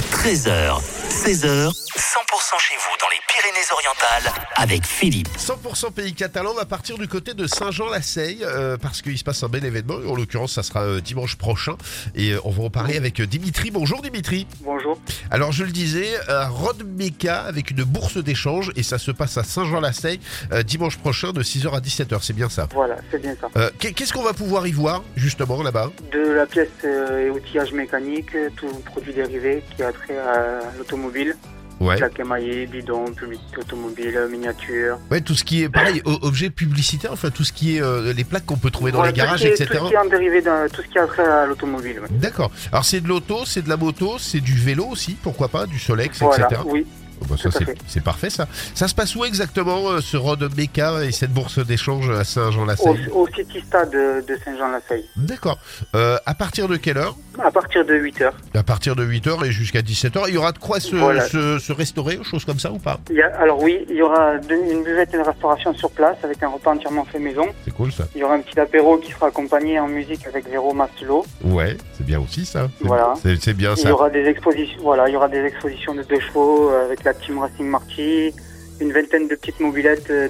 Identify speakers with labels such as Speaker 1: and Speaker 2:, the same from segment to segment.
Speaker 1: 13h, 16h, 100% chez vous dans les Pyrénées-Orientales avec Philippe.
Speaker 2: 100% pays catalan, on va partir du côté de Saint-Jean-la-Seille euh, parce qu'il se passe un bel événement. En l'occurrence, ça sera euh, dimanche prochain et euh, on va en parler avec euh, Dimitri. Bonjour Dimitri.
Speaker 3: Bonjour.
Speaker 2: Alors je le disais, euh, à Rodmeca avec une bourse d'échange et ça se passe à Saint-Jean-la-Seille euh, dimanche prochain de 6h à 17h. C'est bien ça.
Speaker 3: Voilà, c'est bien ça.
Speaker 2: Euh, qu'est- Qu'est-ce qu'on va pouvoir y voir justement là-bas
Speaker 3: De la pièce euh, et outillage mécanique, euh, tout produit dérivé qui a trait à l'automobile,
Speaker 2: Ouais.
Speaker 3: plaque émaillée, bidon, public automobile, miniature.
Speaker 2: Ouais, tout ce qui est pareil, o- objet publicitaire, enfin tout ce qui est euh, les plaques qu'on peut trouver dans
Speaker 3: Voilà,
Speaker 2: les garages,
Speaker 3: tout ce qui est-
Speaker 2: etc.
Speaker 3: Tout ce qui est en dérivé, d'un- tout ce qui a trait à l'automobile. ouais.
Speaker 2: D'accord. Alors c'est de l'auto, c'est de la moto, c'est du vélo aussi, pourquoi pas, du Solex,
Speaker 3: Voilà,
Speaker 2: etc.
Speaker 3: oui.
Speaker 2: Oh, bah, ça,
Speaker 3: tout à
Speaker 2: c'est-
Speaker 3: fait.
Speaker 2: c'est parfait ça. Ça se passe où exactement euh, ce Rod Mecca et cette bourse d'échange à
Speaker 3: Au,
Speaker 2: Saint-Jean-la-Seille
Speaker 3: au City Stade de, de Saint-Jean-la-Seille.
Speaker 2: D'accord. Euh, à partir de quelle heure
Speaker 3: À partir de 8h.
Speaker 2: À partir de 8h et jusqu'à 17h. Il y aura de quoi se,
Speaker 3: Voilà.
Speaker 2: se, se restaurer, choses comme ça ou pas
Speaker 3: Il y a- alors oui, il y aura deux- une buvette et une restauration sur place avec un repas entièrement fait maison.
Speaker 2: C'est cool ça.
Speaker 3: Il y aura un petit apéro qui sera accompagné en musique avec Véro Maslow.
Speaker 2: Ouais, c'est bien aussi ça. C'est-
Speaker 3: Voilà.
Speaker 2: C'est c'est bien
Speaker 3: Il y
Speaker 2: ça.
Speaker 3: aura des expositions, voilà, il y aura des expositions de deux chevaux euh, avec la team Racing Marty, une vingtaine de petites mobilettes euh,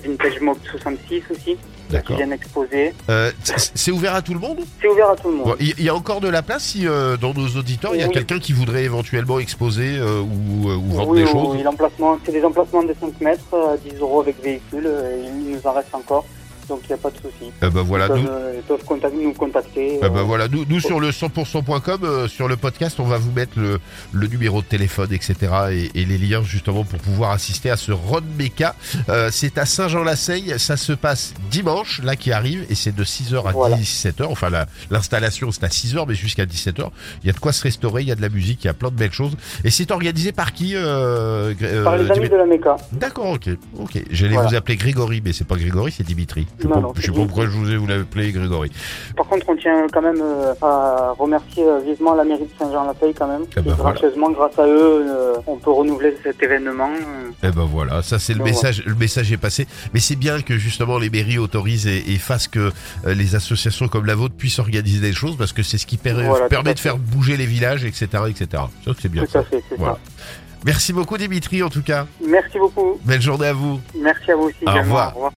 Speaker 3: de Vintage Mob 66 aussi qui
Speaker 2: D'accord.
Speaker 3: viennent exposer.
Speaker 2: Euh, c'est- c'est ouvert à tout le monde
Speaker 3: C'est ouvert à tout le monde.
Speaker 2: Bon, Il il y a encore de la place si euh, dans nos auditeurs il y a
Speaker 3: Oui.
Speaker 2: quelqu'un qui voudrait éventuellement exposer euh, ou, euh, ou vendre
Speaker 3: oui,
Speaker 2: des
Speaker 3: oui,
Speaker 2: choses.
Speaker 3: oui, l'emplacement, c'est des emplacements de 5 mètres, euh, 10 euros avec véhicule, euh, il nous en reste encore, donc il n'y a pas de souci.
Speaker 2: Euh, bah, voilà,
Speaker 3: ils peuvent,
Speaker 2: nous,
Speaker 3: euh, ils peuvent contact- nous contacter.
Speaker 2: euh, bah,
Speaker 3: euh,
Speaker 2: voilà, nous, nous, sur le 100%.com, euh, sur le podcast, on va vous mettre le, le numéro de téléphone, etc. Et, et les liens justement pour pouvoir assister à ce Rod Mecca. Euh, c'est à Saint-Jean-la-Seille, ça se passe dimanche, là qui arrive, et c'est de 6h à
Speaker 3: Voilà.
Speaker 2: 17h. Enfin, la- l'installation c'est à 6h, mais jusqu'à 17h. Il y a de quoi se restaurer, il y a de la musique, il y a plein de belles choses. Et c'est organisé par qui euh, Gré- euh,
Speaker 3: Par les amis
Speaker 2: Dimitri
Speaker 3: de la Mecca.
Speaker 2: D'accord, ok. Ok. J'allais
Speaker 3: Voilà.
Speaker 2: vous appeler Grégory, mais c'est pas Grégory, c'est Dimitri. Je sais
Speaker 3: Non,
Speaker 2: pas-
Speaker 3: non,
Speaker 2: je
Speaker 3: c'est
Speaker 2: sais pas
Speaker 3: Dimitri.
Speaker 2: pourquoi je vous ai vous l'avez appelé Grégory.
Speaker 3: Par contre, on tient quand même euh, à remercier euh, vivement la mairie de Saint-Jean-la-Paye quand même.
Speaker 2: Ah bah
Speaker 3: Et
Speaker 2: voilà.
Speaker 3: gracieusement, grâce à eux, euh, on peut renouveler cet événement. euh,
Speaker 2: Eh ben voilà, ça c'est le
Speaker 3: Bon, ouais.
Speaker 2: message. Le message est passé. Mais c'est bien que justement les mairies autorisent et, et fassent que euh, les associations comme la vôtre puissent organiser des choses parce que c'est ce qui per-
Speaker 3: Voilà, tout à
Speaker 2: permet de
Speaker 3: fait.
Speaker 2: faire bouger les villages, etc., etc. Je trouve que c'est bien.
Speaker 3: Tout à fait, c'est
Speaker 2: Voilà.
Speaker 3: ça.
Speaker 2: Merci beaucoup Dimitri en tout cas.
Speaker 3: Merci beaucoup.
Speaker 2: Belle journée à vous.
Speaker 3: Merci à vous aussi.
Speaker 2: Au
Speaker 3: également.
Speaker 2: revoir.
Speaker 3: Au revoir.